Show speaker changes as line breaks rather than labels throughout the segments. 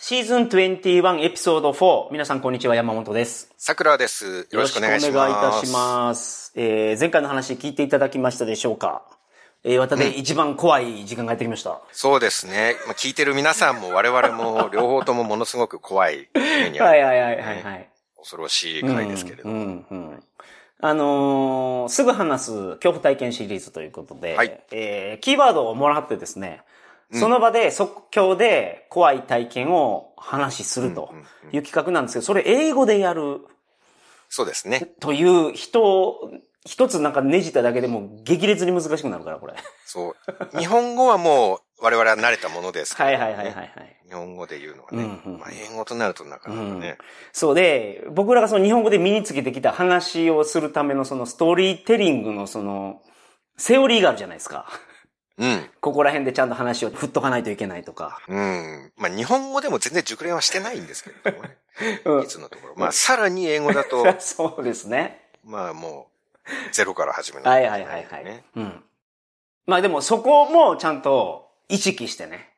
シーズン21エピソード4。皆さんこんにちは、山本です。
さくらです。よろしくお願いしま
よ
す。
ろくお願いいたします。えー、前回の話聞いていただきましたでしょうかえー、渡部一番怖い時間がやってきました。
そうですね。まあ聞いてる皆さんも我々 も両方ともものすごく怖い目に遭う
はいはいはいはいはい。
恐ろしい回ですけれど。
うん、うん、うん。あのーすぐ話す恐怖体験シリーズということで、
はい
えーキーワードをもらってですね、その場で即興で怖い体験を話しするという企画なんですけど、それ英語でやる
そうですね。
という人を、一つなんかねじっただけでも激烈に難しくなるから、これ。
そう。日本語はもう我々は慣れたものですけど
はいはいはいはいはい。
日本語で言うのはね。
うんうん
まあ、英語となるとなかなかね。
そうで、僕らがその日本語で身につけてきた話をするためのそのストーリーテリングのその、セオリーがあるじゃないですか。
うん。
ここら辺でちゃんと話を振っとかないといけないとか。
うん。まあ、日本語でも全然熟練はしてないんですけれどもね。
うん
いつのところ。まあ、さらに英語だと、
そうですね。
まあもう、ゼロから始めな
はいい
と
はい
けな
はい
んでね
はい。うん。まあでもそこもちゃんと意識してね、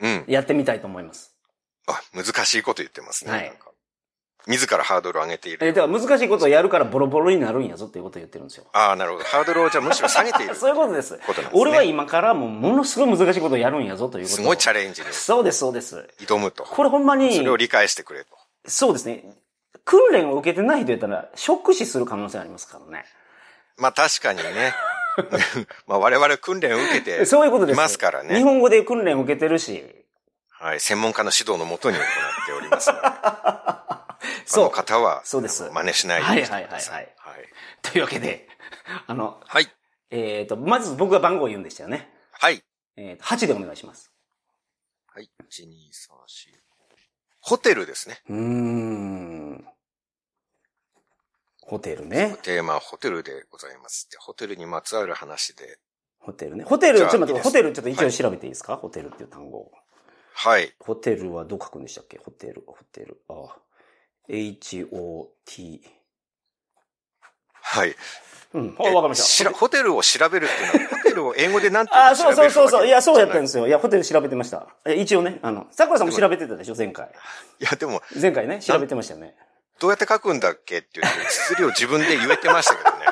うん。
やってみたいと思います。
あ、難しいこと言ってますね。
はい
なんか自らハードルを上げてい
え、
る。
だから難しいことをやるからボロボロになるんやぞっていうことを言ってるんですよ。
ああ、なるほど。ハードルをじゃあむしろ下げている
そういうことです。
ことなんですね。
俺は今からもうものすごい難しいことをやるんやぞということを
すごいチャレンジに
そうです、そうです。
挑むと。
これほんまに、
それを理解してくれと。
そうですね。訓練を受けてない人やったら、即死する可能性ありますからね。
まあ確かにね。まあ我々訓練を受けて、
そういうことです。
いますからね
日本語で訓練を受けてるし、
はい、専門家の指導のもとに行っておりますので、そ
そ
の
う。
方は、
そうです
あの真似しないようにしてくださ
はい
い。はい。
というわけで、 あの、
はい。
えっ、と、まず僕が番号を言うんでしたよね。
はい。
えーと、8でお願いします。
はい。1、2、3、4。ホテルですね。
うーん。ホテルね。
テーマはホテルでございます。でホテルにまつわる話で、
ホテルね。ホテル、ち
じ
ょ
ゃ
っ
あ
と待っ
い
て、
いで
ホ
す
テルちょっと一応調べていいですか、ホテルっていう単語を。
はい。
ホテルはどう書くんでしたっけホテル、ホテル。あ H-O-T。
はい。
うん。あ、わかりまし
したら。ホテルを調べるっていうのは、 ホテルを英語でなんて言
あ、
う
そう
か
そう
調べる
そう
わけ。
そう。いや、そうやったんですすよ。いや、ホテル調べてました。え一応ね、あの、桜さんも調べてたでしょ、前回。
いや、でも、
前回ね、調べてましたよね。
どうやって書くんだっけって言って、綴りを自分で言えてましたけどね。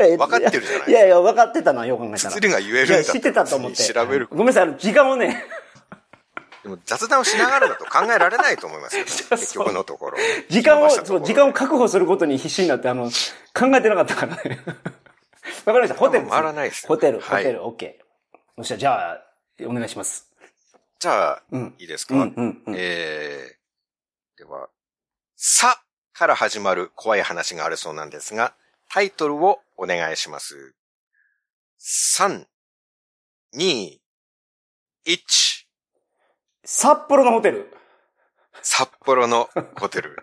え
分かってるじゃない
いやいや、分かってたな、よう考えたら。
綴りが言えるん
い
だ
や、知ってたと思って。
調べる。
ごめんなさい、あの、時間をね、
でも雑談をしながらだと考えられないと思いますよ、
や
結局のところ。
時間を、
伸ばしたと
そ
こ
う、
ろ
時間を確保することに必死になって、あの、考えてなかったからね。 わかりました、ホテルですね、
回らないですね
ホテル、ホ
はい
テル、オッケー。よっしゃ、じゃあ、お願いします。
じゃあ、
うん。
いいですか、
うん、うん、うん。
えー、では、さから始まる怖い話があるそうなんですが、タイトルをお願いします。3、2、1、
札幌のホテル。
札幌の ホテル。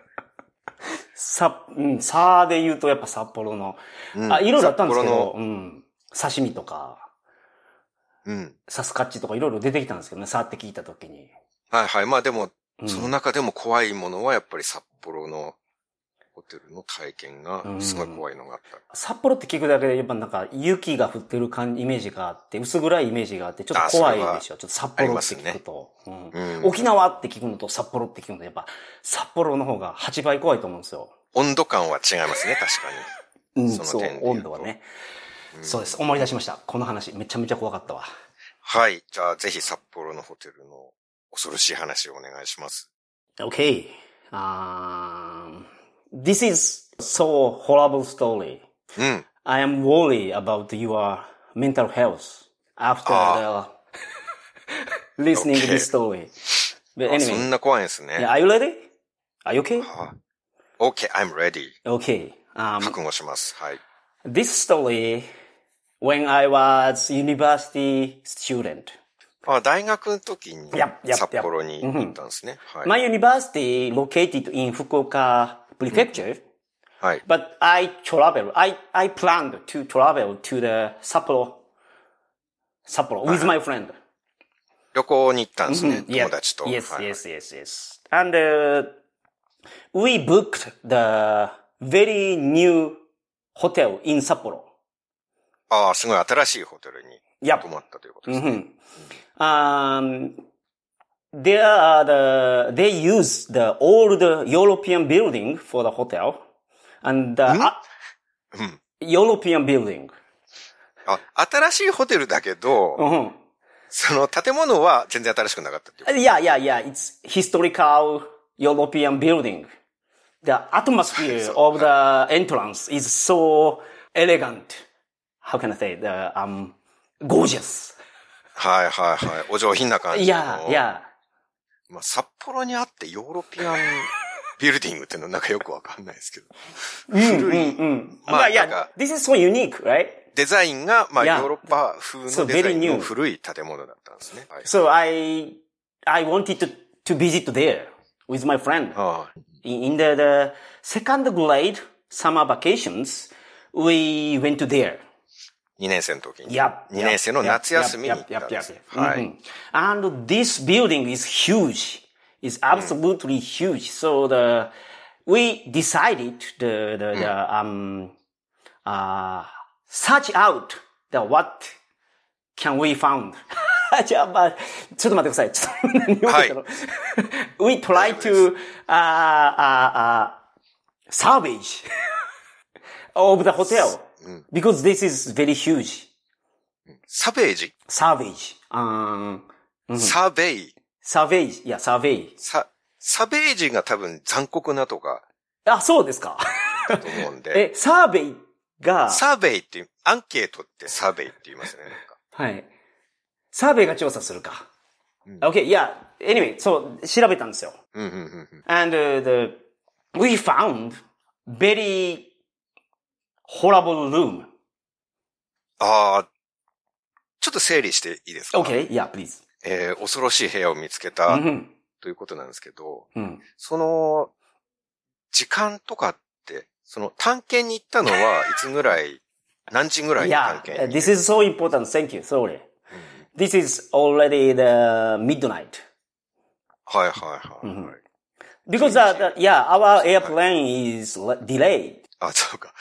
さ、うん、さーで言うとやっぱ札幌の。
うん
あ、いろいろあったんですけ
札
ど、
幌
うん。刺身とか、
のうん。
サスカッチとかいろいろ出てきたんですけどね、さーって聞いたときに。
はいはい。まあでも、
うん
その中でも怖いものはやっぱり札幌のホテルの体験がすごい怖いのがあった。
札幌って聞くだけで、やっぱなんか雪が降ってる感じ、イメージがあって、薄暗いイメージがあって、ちょっと怖いで
あ
し
そ
ょ。ちょっと札幌って聞くと、うん
うん
沖縄って聞くのと札幌って聞くのと、やっぱ札幌の方が8倍怖いと思うんですよ。
温度感は違いますね、確か
うん、
その
そう
点で言う、と
温度はね。
に。ん
そうです。思い出しました。この話、めちゃめちゃ怖かったわ。
はい。じゃあ、ぜひ札幌のホテルの恐ろしい話をお願いします。
Okay. Um, this is so horrible story.
うん。
I am worried about your mental health after
Ah.
the listening to
Okay.
this story. But
あそん
anyway,
な怖いんですね。
yeah, are you ready? Are you okay?
は OK, I'm ready.
Okay. Um,
覚悟します。はい。
this story when I was university student.
あ、大学の時に
Yep, yep,
札幌に行ったんですね。はい。
My university located in Fukuoka prefecture.
はい。
But I travel. I I planned to travel to the Sapporo, Sapporo with my friend.
旅行に行ったんですね。
Mhm. Yes.
友達と。
Yes,
はい
yes, yes, yes. And uh, we booked the very new hotel in Sapporo.
ああ、すごい新しいホテルに
Yep.
泊まったということですね。
Mhm. Um, They are the, they use the old European building for the hotel. And, uh,
ん
uh,
うん。
European building.
あ、新しいホテルだけど、
Mhm.
その建物は全然新しくなかったっていう
Uh, Yeah, yeah, yeah. It's historical European building. The atmosphere of the entrance is so elegant. How can I say? The, um, gorgeous.
はいはいはい。お上品な感じの。
Yeah, yeah.
まあ、札幌にあってヨーロピアンビルディングっていうのなんかよくわかんないですけど。古い。
Mm.
Ma,
yeah, yeah.
taka-
This is so unique, right?
デザインが、まあ、
いや
ヨーロッパ風の
So
デザイ
very
ンの
new.
古い建物だったんですね。はい。
So I, I wanted to, to visit there with my friend.
は
In, in the, the second grade summer vacations, we went to there.
い。2年生の時に。
Yep.
2年生の
yep,
夏休みに行ったん
yep,
で
yep,
す
yep,。yep.
はい。
Mhm. And this building is huge. It's absolutely huge. So the, we decided the, the, the um, uh, search out the what can we found. じゃあ、まあ、ちょっと待ってくだ さい。ちょっと何を言ったの、We try
大丈夫です
to, uh, uh, uh, salvage of the hotel. Because this is very huge.
サベージ
Savage. Um,
サベイ。
savage. いや、savage.
サ、サベージが多分残酷なとか
あ、そうですか。
だと思うんで。
え、 サーベイが、
サベイっていう、アンケートってサベイって言いますよね。なんか
はい。サーベイが調査するか。okay, yeah. Anyway, そう、調べたんですよ。
うんうんうんうん。
And、uh, the, we found very horrible room.
ああ、ちょっと整理していいですか
Okay, yeah, please. Mm-hmm,
えー恐ろしい部屋を見つけ
う
た
ん
ということなんですけど、
うん。うん。
その、時間とかって、その探検に行ったの はいつぐらい、何時ぐらいに探
Yeah, uh,
検に
this is so important. Thank you. Sorry.
Mm.
This is already the midnight. Mm-hmm.
はいはいはい。
Because uh, the, the, yeah, our airplane is le- delayed.
あ、そうか。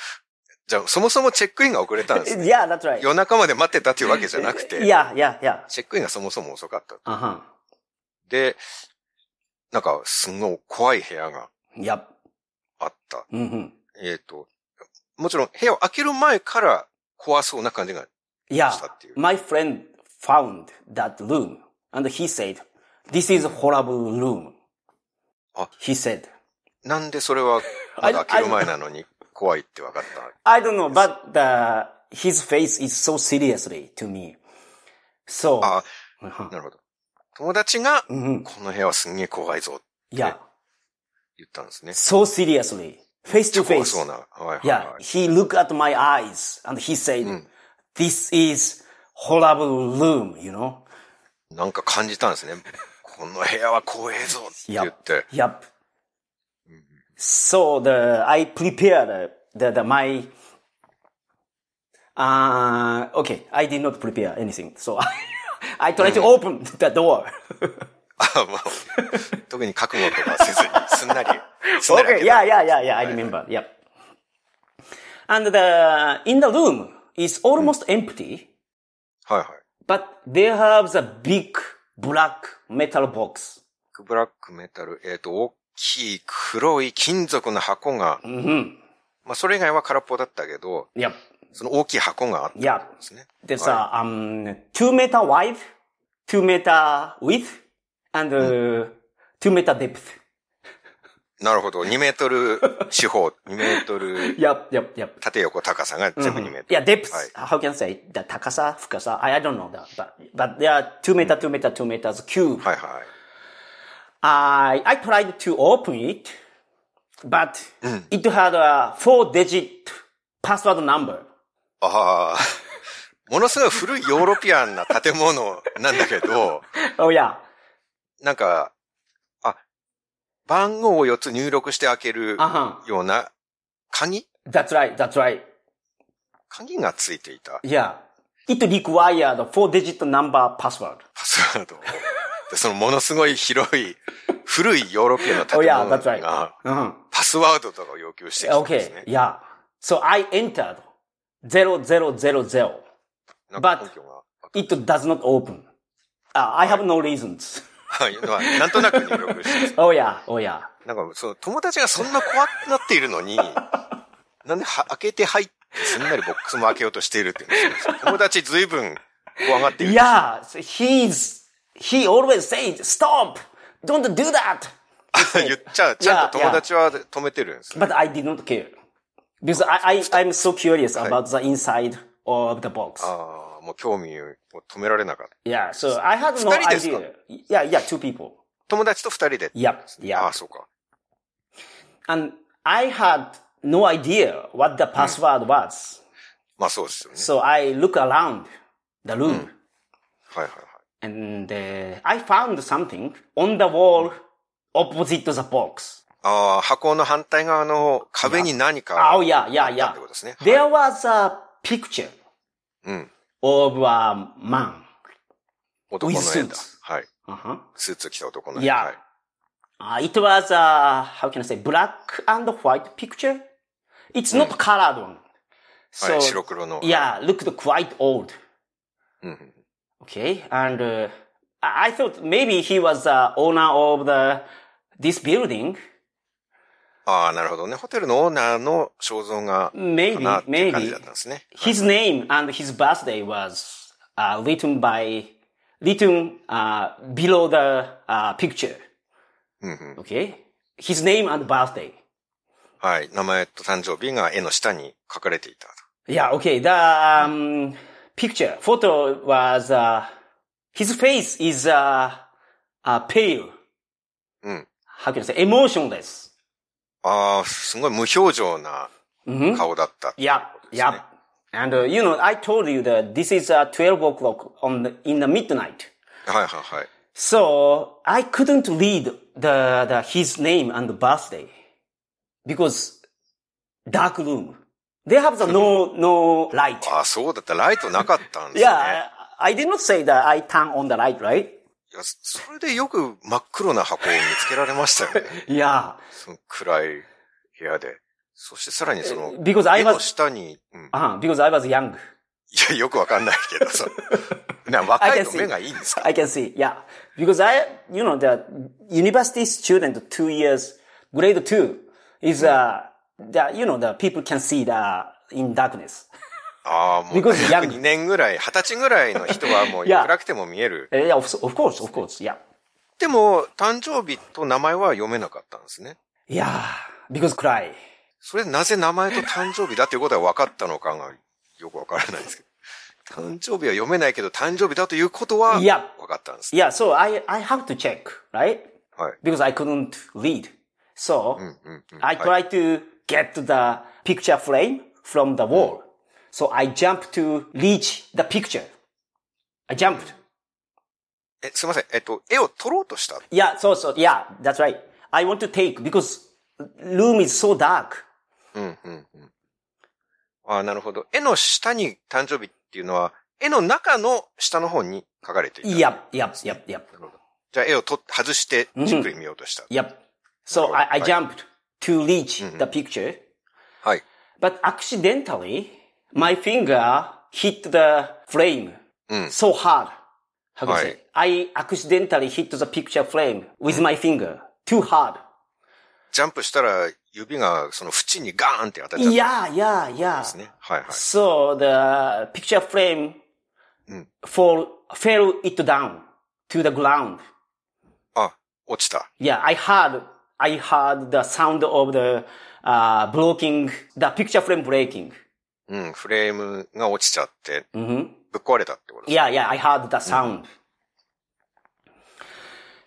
じゃあ、そもそもチェックインが遅れたんです ね。
Yeah, that's right.
夜中まで待ってたっていうわけじゃなくて、
Yeah, yeah, yeah.
チェックインがそもそも遅かった。
Uh huh.
で、なんか、すんごい怖い部屋が
Yep.
あった。
Mm-hmm.
えっ、と、もちろん部屋を開ける前から怖そうな感じが
Yeah.
したっていう。
My friend found that room and he said, this is a horrible room.
Ah.
He said,
なんでそれは、ま だ開ける前なのに怖いって分かった
I don't know, but the, his face is so seriously to me. So,
あ
uh-huh.
なるほど。友達が、
Mhm.
この部屋はすんげえ怖いぞって
yeah,
言ったんですね。
so seriously, face to
怖
face.
そうな。はいはい
Yeah,
はい。
he looked at my eyes and he said,
Mm.
this is horrible room, you know?
なんか感じたんですね。この部屋は怖えぞって言って。
Yep. So the, I prepared the, the my, uh, okay, I did not prepare anything. So I, I tried to open the door.
あまあ特に覚悟とかせず に、すんなり、すんなり開
okay,
けた。
yeah, yeah, yeah, yeah, I remember. Yep. And the, in the room is almost empty,
はいはい。
but they have the big black metal box.
ブラックメタル、えっ、と、大きい黒い金属の箱が、
Mm-hmm.
まあそれ以外は空っぽだったけど、
Yep.
その大きい箱があったんで
Yep.
すね。
でさ、um, 2 meter wide, 2 meter width, and、uh, 2 meter depth.
なる ほど。2メートル四方、2メートル
Yep, yep, yep.
縦横高さが全部2メートル。
いや、depth,、
はい
how can I say, the 高さ、深さ、I, I don't know that, but, but there are 2 meter, 2 meter, 2 meters cube.、
はいはい。
I, I tried to open it, but、it had a 4 digit password number.
ああ、ものすごい古いヨーロピアンな建物なんだけ ど、
Oh yeah.
なんか、あ、番号を4つ入力して開ける
あは
ような鍵
ん Uh-huh. That's right, that's right.
鍵がついていた
Yeah. It required 4 digit number password.
パスワードをでそのものすごい広い、古いヨーロピアンの建
Oh
物
yeah, that's right.
が
うん
パスワードとかを要求してきたんです
Okay,
ね。
yeah. So I entered 0000.
なんか根拠が。
It does not open. Uh, I have no reasons.
はいまあなんとなく入力して
Oh yeah, oh yeah.
なんか、そう、友達がそんな怖くなっているの に、なんでは開けて入って、すんなりボックスも開けようとしているっていうのが友達ずいぶん怖がっている。
Yeah, so he's he always says stop, don't do that.
言っちゃう。ちゃんと友達は止めてるんですね。
But I did not care because I, I I'm so curious about the inside of the box.
ああ、もう興味を止められなかった。
Yeah, so I had no
二人ですか
idea. Yeah, yeah, two people.
友達と二人で。
Yep,
ああ、
yeah.
そうか。
And I had no idea what the password was.
まあそうですよね。
So I look around the room.
はいはいはい。
and uh, I found something on the wall opposite the box.
ああ、箱の反対側の壁に何か
Oh yeah, yeah,
あ
yeah.
ってことですね。
There was a picture
うん。
of a man.
男の絵
With
だ
suits.。
はい。
Uh-huh.
スーツ着た男の絵。
Yeah.
はい
Uh, it was a how can I say black and white picture. It's not colored one.
は
So
い。白黒の。
yeah, looked quite old.
うんうん。
Okay, and uh, I I thought maybe he was the owner of the this building.
ああ、なるほどね。ホテルのオーナーの肖像が、か
Maybe,
なっていう感
maybe.
じだったんですね。
His name and his birthday was uh, written by written uh, below the uh, picture.
うんうん。
Okay, his name and birthday.
はい。名前と誕生日が絵の下に書かれていたと。
Yeah. Okay. The um, picture photo was uh, his face is uh, uh, pale.
うん。
How can I say emotionless?
ああ、すごい無表情な顔だった。
Yeah. Yeah. And uh, you know, I told you that this is uh, twelve o'clock on the, in the midnight.
はいはいはい。
So I couldn't read the, the his name and birthday because dark room. They have the no no light.
ああ、そうだった。ライトなかったんですね。
Yeah, I, I did not say that I turn on the light, right?
いやそそれでよく真っ黒な箱を見つけられましたよね。
Yeah,
その暗い部屋で。そしてさらにその、
because I
絵の
was
下に、うん。
uh, because I was young.
いや、よくわかんないけど、そのな若いと目がいいんですか
I can see. Yeah, because I you know the university student two years grade two is uh the you know the people can see the in darkness.
ああ、もう、
Because young.
2年ぐらい、二十歳ぐ らいの人はもう
Yeah.
暗くても見える。
Uh, yeah, of, of course, of course. Yeah.
でも、誕生日と名前は読めなかったんですね。
Yeah, because cry.
それでなぜ名前と誕生日だということが分かったのかがよくわからないんですけど。誕生日は読めないけど、誕生日だということは
Yeah.
分かったんです。
Yeah, so I, I have to check, right?
はい。
Because I couldn't read. So
うんうんうん
I tried to get the picture frame from the wall. So I jumped to reach the picture. I jumped.
え、すいません。えっと、絵を撮ろうとした。
Yeah, so, so, yeah, that's right. I want to take because room is so dark.
うんうんうん。ああ、なるほど。絵の下に誕生日っていうのは、絵の中の下の方に書かれていた。
Yep, yep, yep, yep,
なるほど。じゃあ絵をと外して、じっくり見ようとした。
yep. So I, I jumped to reach the picture.
はい。
But accidentally, my finger hit the frame
Mm.
so hard. How can I
Right. Mm.
say? I accidentally hit the picture frame with my finger too hard.
ジャンプしたら、指がその縁にガーンって当たっちゃったんで
Yeah, yeah, yeah.
すね。はいはい。
So the picture frame
Mm.
fall, fell it down to the ground.
あ、落ちた。
Yeah, I heard, I heard the sound of the, uh, breaking, the picture frame breaking.
うん、フレームが落ちちゃって、
Mm-hmm.
ぶっ壊れたってことです。
Yeah, yeah, I heard the sound.
Mm-hmm.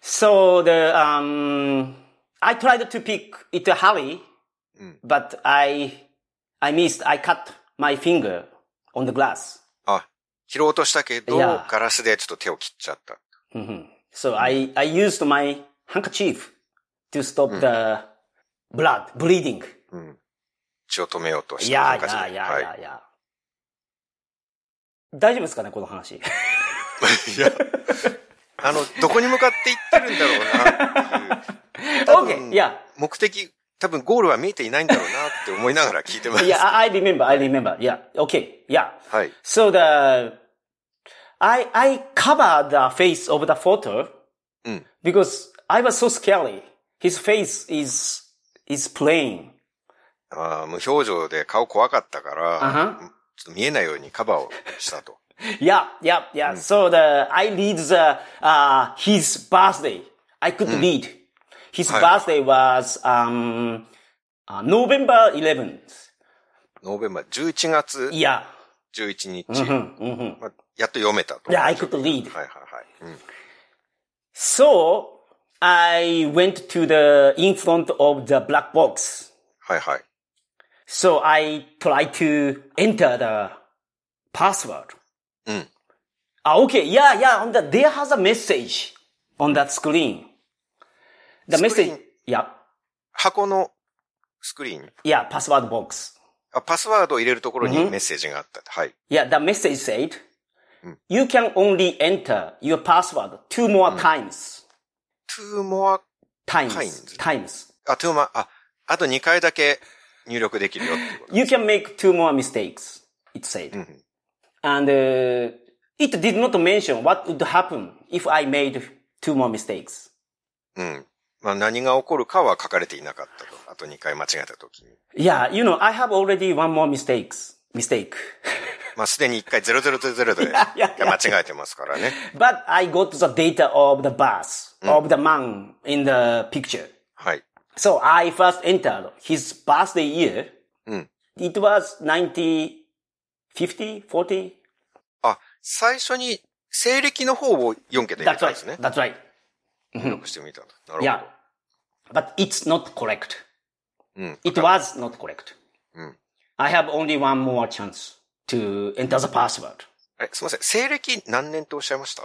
So the um, I tried to pick it a hurry,
Mm.
but I I missed. I cut my finger on the glass.
あ、拾おうとしたけど、
いや
ガラスでちょっと手を切っちゃった。
So
Mm.
I I used my handkerchief to stop
Mm.
the blood bleeding.
血を止めようとした。
Yeah,
なんか
yeah,
それ
yeah,
はい
yeah, yeah. 大丈夫ですかねこの話。
いや、あの、どこに向かって行ってるんだろうなっていう。 多
okay,
分
yeah.
目的、多分ゴールは見えていないんだろうなって思いながら聞いてます。
Yeah, I I remember, I remember. Yeah, okay, yeah.
はい。
So the I I cover the face of the photo
Mm.
Because I was so scary. His face is, is plain.
あー無表情で顔怖かったから、
Uh huh.
ちょっと見えないようにカバーをし たと。
Yeah, yeah, yeah.
Mm.
So the, I read the, uh, his birthday. I could read. His
Mm. Hi.
birthday was, um, uh, November 11th.
ノーベンバー11月
Yeah.
11日、
Mhm, mhm.
まあ、やっと読めたと。
Yeah, I could read.
はいはいはい。うん
So I went to the, in front of the black box.
はいはい。
So I tried to enter the password.
うん。
Ah, okay. Yeah, yeah. On the, there has a message on that screen. The message.
Screen?
Yeah.
箱のスクリーン、
Yeah. Password box.
あパスワードを入れるところにメッセージがあった。はい。
Yeah. The message said,
Hmm.
you can only enter your password two more
Hmm.
times.
two more,
Times.
Times.
Times.
あ、two more, あ、あと2回だけ入力できるよってい うこと。
You can make two more mistakes. It said.
Mm-hmm.
And uh, it did not mention what would happen if I made two more mistakes.
うん。まあ何が起こるかは書かれていなかったと。あと2回間違えたときに。
Yeah, you know, I have already one more mistakes, mistake.
まあすでに1回0000で
やいやいや
間違えてますからね。
but I got the data of the birth
Mm.
of the man in the picture.
はい。
So I first entered his birthday year.
Mm.
It was 90, 50, 40.
あ、最初に西暦の方を4桁入れ
That's
たんです
right.
ね。
That's right.
入力してみたんだ。なるほど。
Yeah. But it's not correct.
うん。
It was not correct.
Mm.
I have only one more chance to enter the password.
え、すみません。西暦何年とおっしゃいました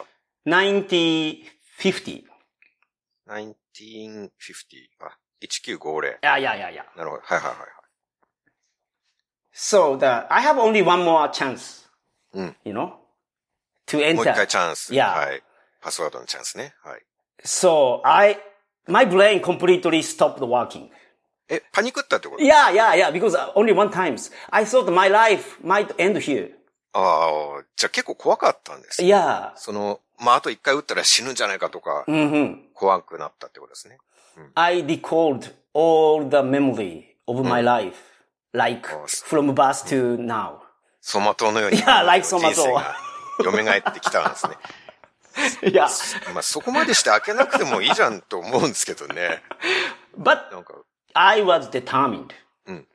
1950.
?1950。あ、1950。
Yeah, yeah, yeah, yeah.
なるほど。はいはいはいはい。
So the I have only one more chance,
Mm.
you know, to
もう一
enter.
回チャンス。
Yeah.
はい。パスワードのチャンスね。はい。
So I, my brain completely stopped working.
え、パニックったってこと、
Yeah, yeah, yeah. Because only one times I thought my life might end here.
ああ、じゃあ結構怖かったんですね。
Yeah.
その、まあ、あと一回打ったら死ぬんじゃないかとか、
hmm
怖くなったってことですね。
I recalled all the memory of my life, like
Mm. Awesome.
from birth to now.
ソマトのように。
Yeah, like ソマト
人生が蘇ってきたんですね。
yeah.
まあ、そこまでして開けなくてもいいじゃんと思うんですけどね。
But
なんか、
I was determined
Mm.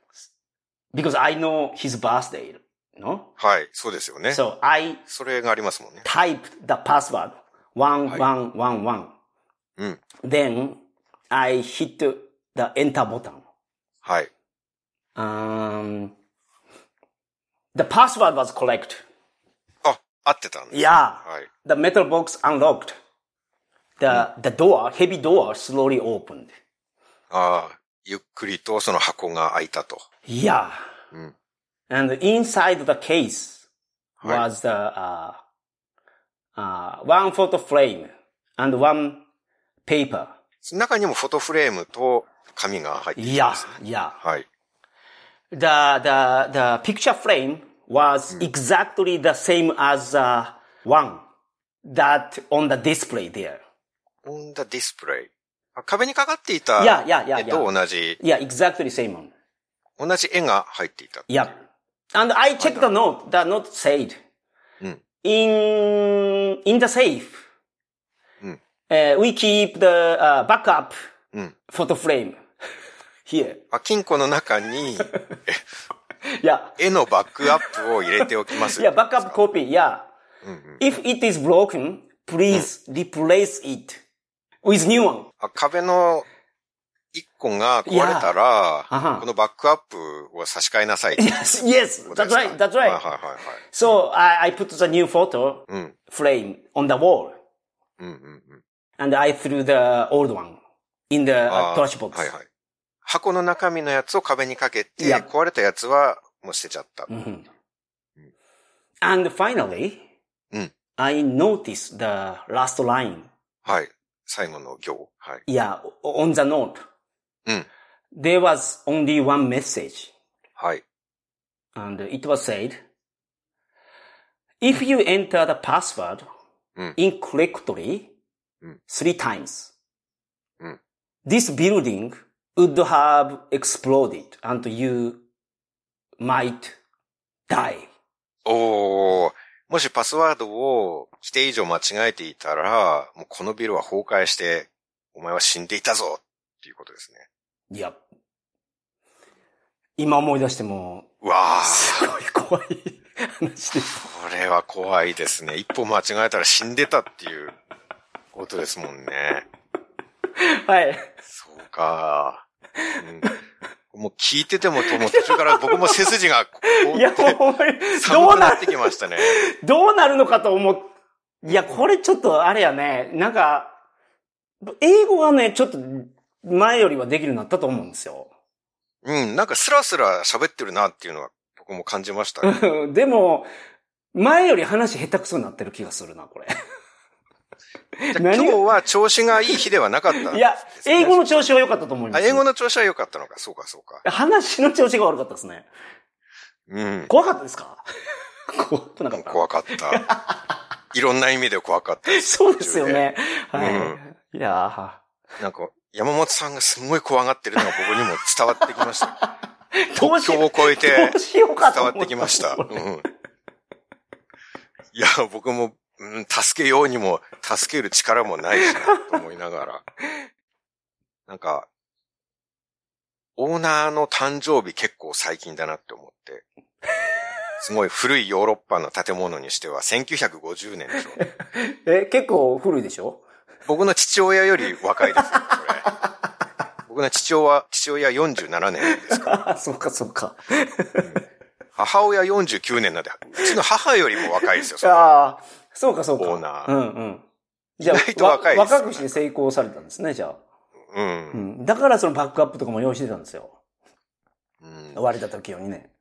because I know his birthday, no?
はい、そうですよね。
So I
それがありますもんね。
typed the password one one one one.
Mm.
Then I hit the enter button.
はい。
Um, the password was correct.
あ、合ってたんです、ね。
Yeah.
はい。
The metal box unlocked. The the door, heavy door, slowly opened.
ああ、ゆっくりとその箱が開いたと。
Yeah.
Mm.
And inside the case
はい。
was the uh, uh, one photo frame and one paper.
中にもフォトフレームと紙が入ってきた
Yeah,
んですね。
yeah.
はい。
the the the picture frame was exactly the same as uh, one that on the display there.
オンダディスプレイ。あ壁にかかっていた
Yeah, yeah, yeah,
絵
yeah.
と同じ、
Yeah, exactly same one.
同じ絵が入っていた。
Yeah, and I checked the note. The note said,
Mm.
in in the safe,
Mm.
uh, we keep the uh, backup
Mm.
photo frame here.
あ金庫の中に
Yeah,
絵のバックアップを入れておきます。
yeah, backup copy. Yeah.
うんうん、
If it is broken, please replace it with new one.
あ壁の一個が壊れたら、
Uh-huh.
このバックアップを差し替えなさいってこ
Yes, yes,
とで
that's
すか。
right, that's
は
right.
いはいはいはい。
So I, I put the new photo
うん、
frame on the wall
うん、うんうん。
and I threw the old one in the uh,
あー
trash box.
はいはい。箱の中身のやつを壁にかけて、
Yeah.
壊れたやつはもう捨てちゃった。
Mhm. And finally,
Mm.
I noticed the last line.
はい。最後の行。はい。
Yeah, o- on the note.
Mm.
There was only one message.
はい。
and it was said, if you enter the password
Mm.
incorrectly,
Mm.
three times.
Mm.
This building would have exploded and you might die.
おー。もしパスワードを規定以上間違えていたら、もうこのビルは崩壊して、お前は死んでいたぞっていうことですね。
いや。今思い出しても、
うわー。
すごい怖い話でした。
これは怖いですね。一歩間違えたら死んでたっていうことですもんね。
はい。
そうか。うん、もう聞いてても、もう途中から僕も背筋がこう、
いや、もうほんまに、
寒
どう
く
な
な
る
ってきましたね。
どうなるのかと思っ、いや、これちょっとあれやね、なんか、英語はね、ちょっと前よりはできるようになったと思うんですよ。
うん、なんかスラスラ喋ってるなっていうのは僕も感じましたね、
でも、前より話下手くそになってる気がするな、 これ。
じゃあ
何
今
が
日は調子がいい日ではなかったんですね、
いや、英語の調子は良かったと思いま
あ
す。
英語の調子は良かったのか。そうか、そうか。
話の調子が悪かったですね。
うん。
怖かったです か怖くなかった。
怖かった。 いろんな意味で怖かったです。
そうですよね。
中
は
で
い。いや
なんか、山本さんがすごい怖がってるのが僕にも伝わってき ました。
ー、どうし
今日
よ
を超え
う、
て
どうしようかと
伝わ
思
ってきました。うん。
こ
いや、僕も、うん、助けようにも、助ける力もないしな、と思いながら。なんか、オーナーの誕生日結構最近だなって思って。すごい古いヨーロッパの建物にしては1950年でしょ。
れえ、結構古いでしょ
僕の父親より若いですよ、これ。僕の父親、父親47年ですから。
あそうか、そうか。
母親49年なんで、うちの母よりも若いですよ、それ
ああ、そうか、そうか。
オーナー
うんうん。じゃ
意外と若い
わ
です
若くして成功されたんですね、じゃあ。
う。
うんん。だからそのバックアップとかも用意してたんですよ。
うん、
割れた時用にね。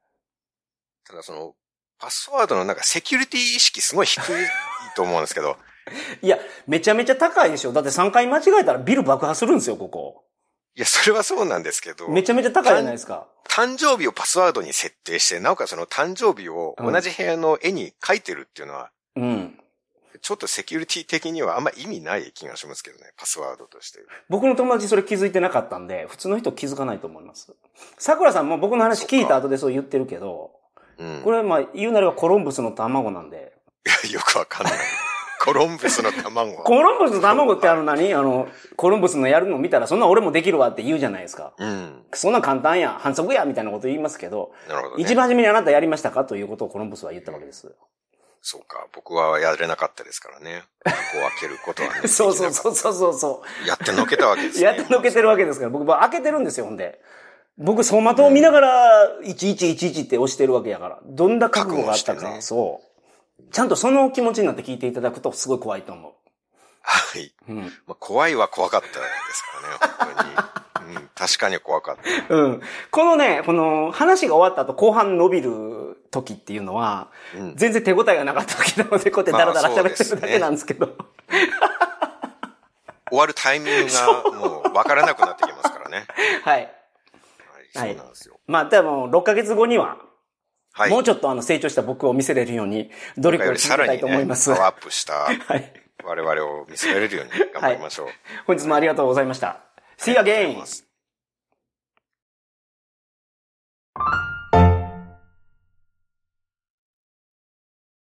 ただその、パスワードのなんかセキュリティ意識すごい低いと思うんですけど、
いや、めちゃめちゃ高いでしょ。だって3回間違えたらビル爆破するんですよ、ここ。
いや、それはそうなんですけど、
めちゃめちゃ高いじゃないですか。
誕生日をパスワードに設定して、なおかつその誕生日を同じ部屋の絵に描いてるっていうのは、
うん。
ちょっとセキュリティ的にはあんま意味ない気がしますけどね、パスワードとして。
僕の友達それ気づいてなかったんで、普通の人気づかないと思います。桜さんも僕の話聞いた後でそう言ってるけど、
うん。
これはまあ言うなればコロンブスの卵なんで、
いや よくわかんない。コロンブスの卵 は。
コロンブスの卵ってあの何あの、コロンブスのやるの見たらそんな俺もできるわって言うじゃないですか。
うん。
そんなん簡単や、反則や、みたいなこと言いますけど、
なるほど、ね。
一番初めにあなたやりましたかということをコロンブスは言ったわけです。
そうか。僕はやれなかったですからね。箱を開けることはね、
そうそうそううそうそうそ
やってのけたわけです
う。
ね。
やってのけてるわけですから、僕は開けてるんですよ、ほんで。僕、走馬灯を見ながら、1111って押してるわけやから。どんな覚悟があった
覚悟して
か。
ね
そう。ちゃんとその気持ちになって聞いていただくと、すごい怖いと思
はい。
う。うん。
まあ、怖いは怖かったですからね、本当に。うん、確かに怖かっ た。
うん。このね、この話が終わった後、後半伸びる時っていうのは、
うん。
全然手応えがなかったわけなので、こうやってダラダラ喋ってるだけなんですけど。
終わるタイミングがもうわからなくなってきますからね。
はい。
は。
はいい
そうなんですよ。
まあ、でも、6ヶ月後には、
はい。
もうちょっとあの成長した僕を見せれるように、努力を
さ
続
ら
け
に
たいと
ね、パワ
思います。
ーアップした
はい。
我々を見つめれるように頑張りましょう。
本日もありがとうございました。See you
ありがとうござい
again!
ます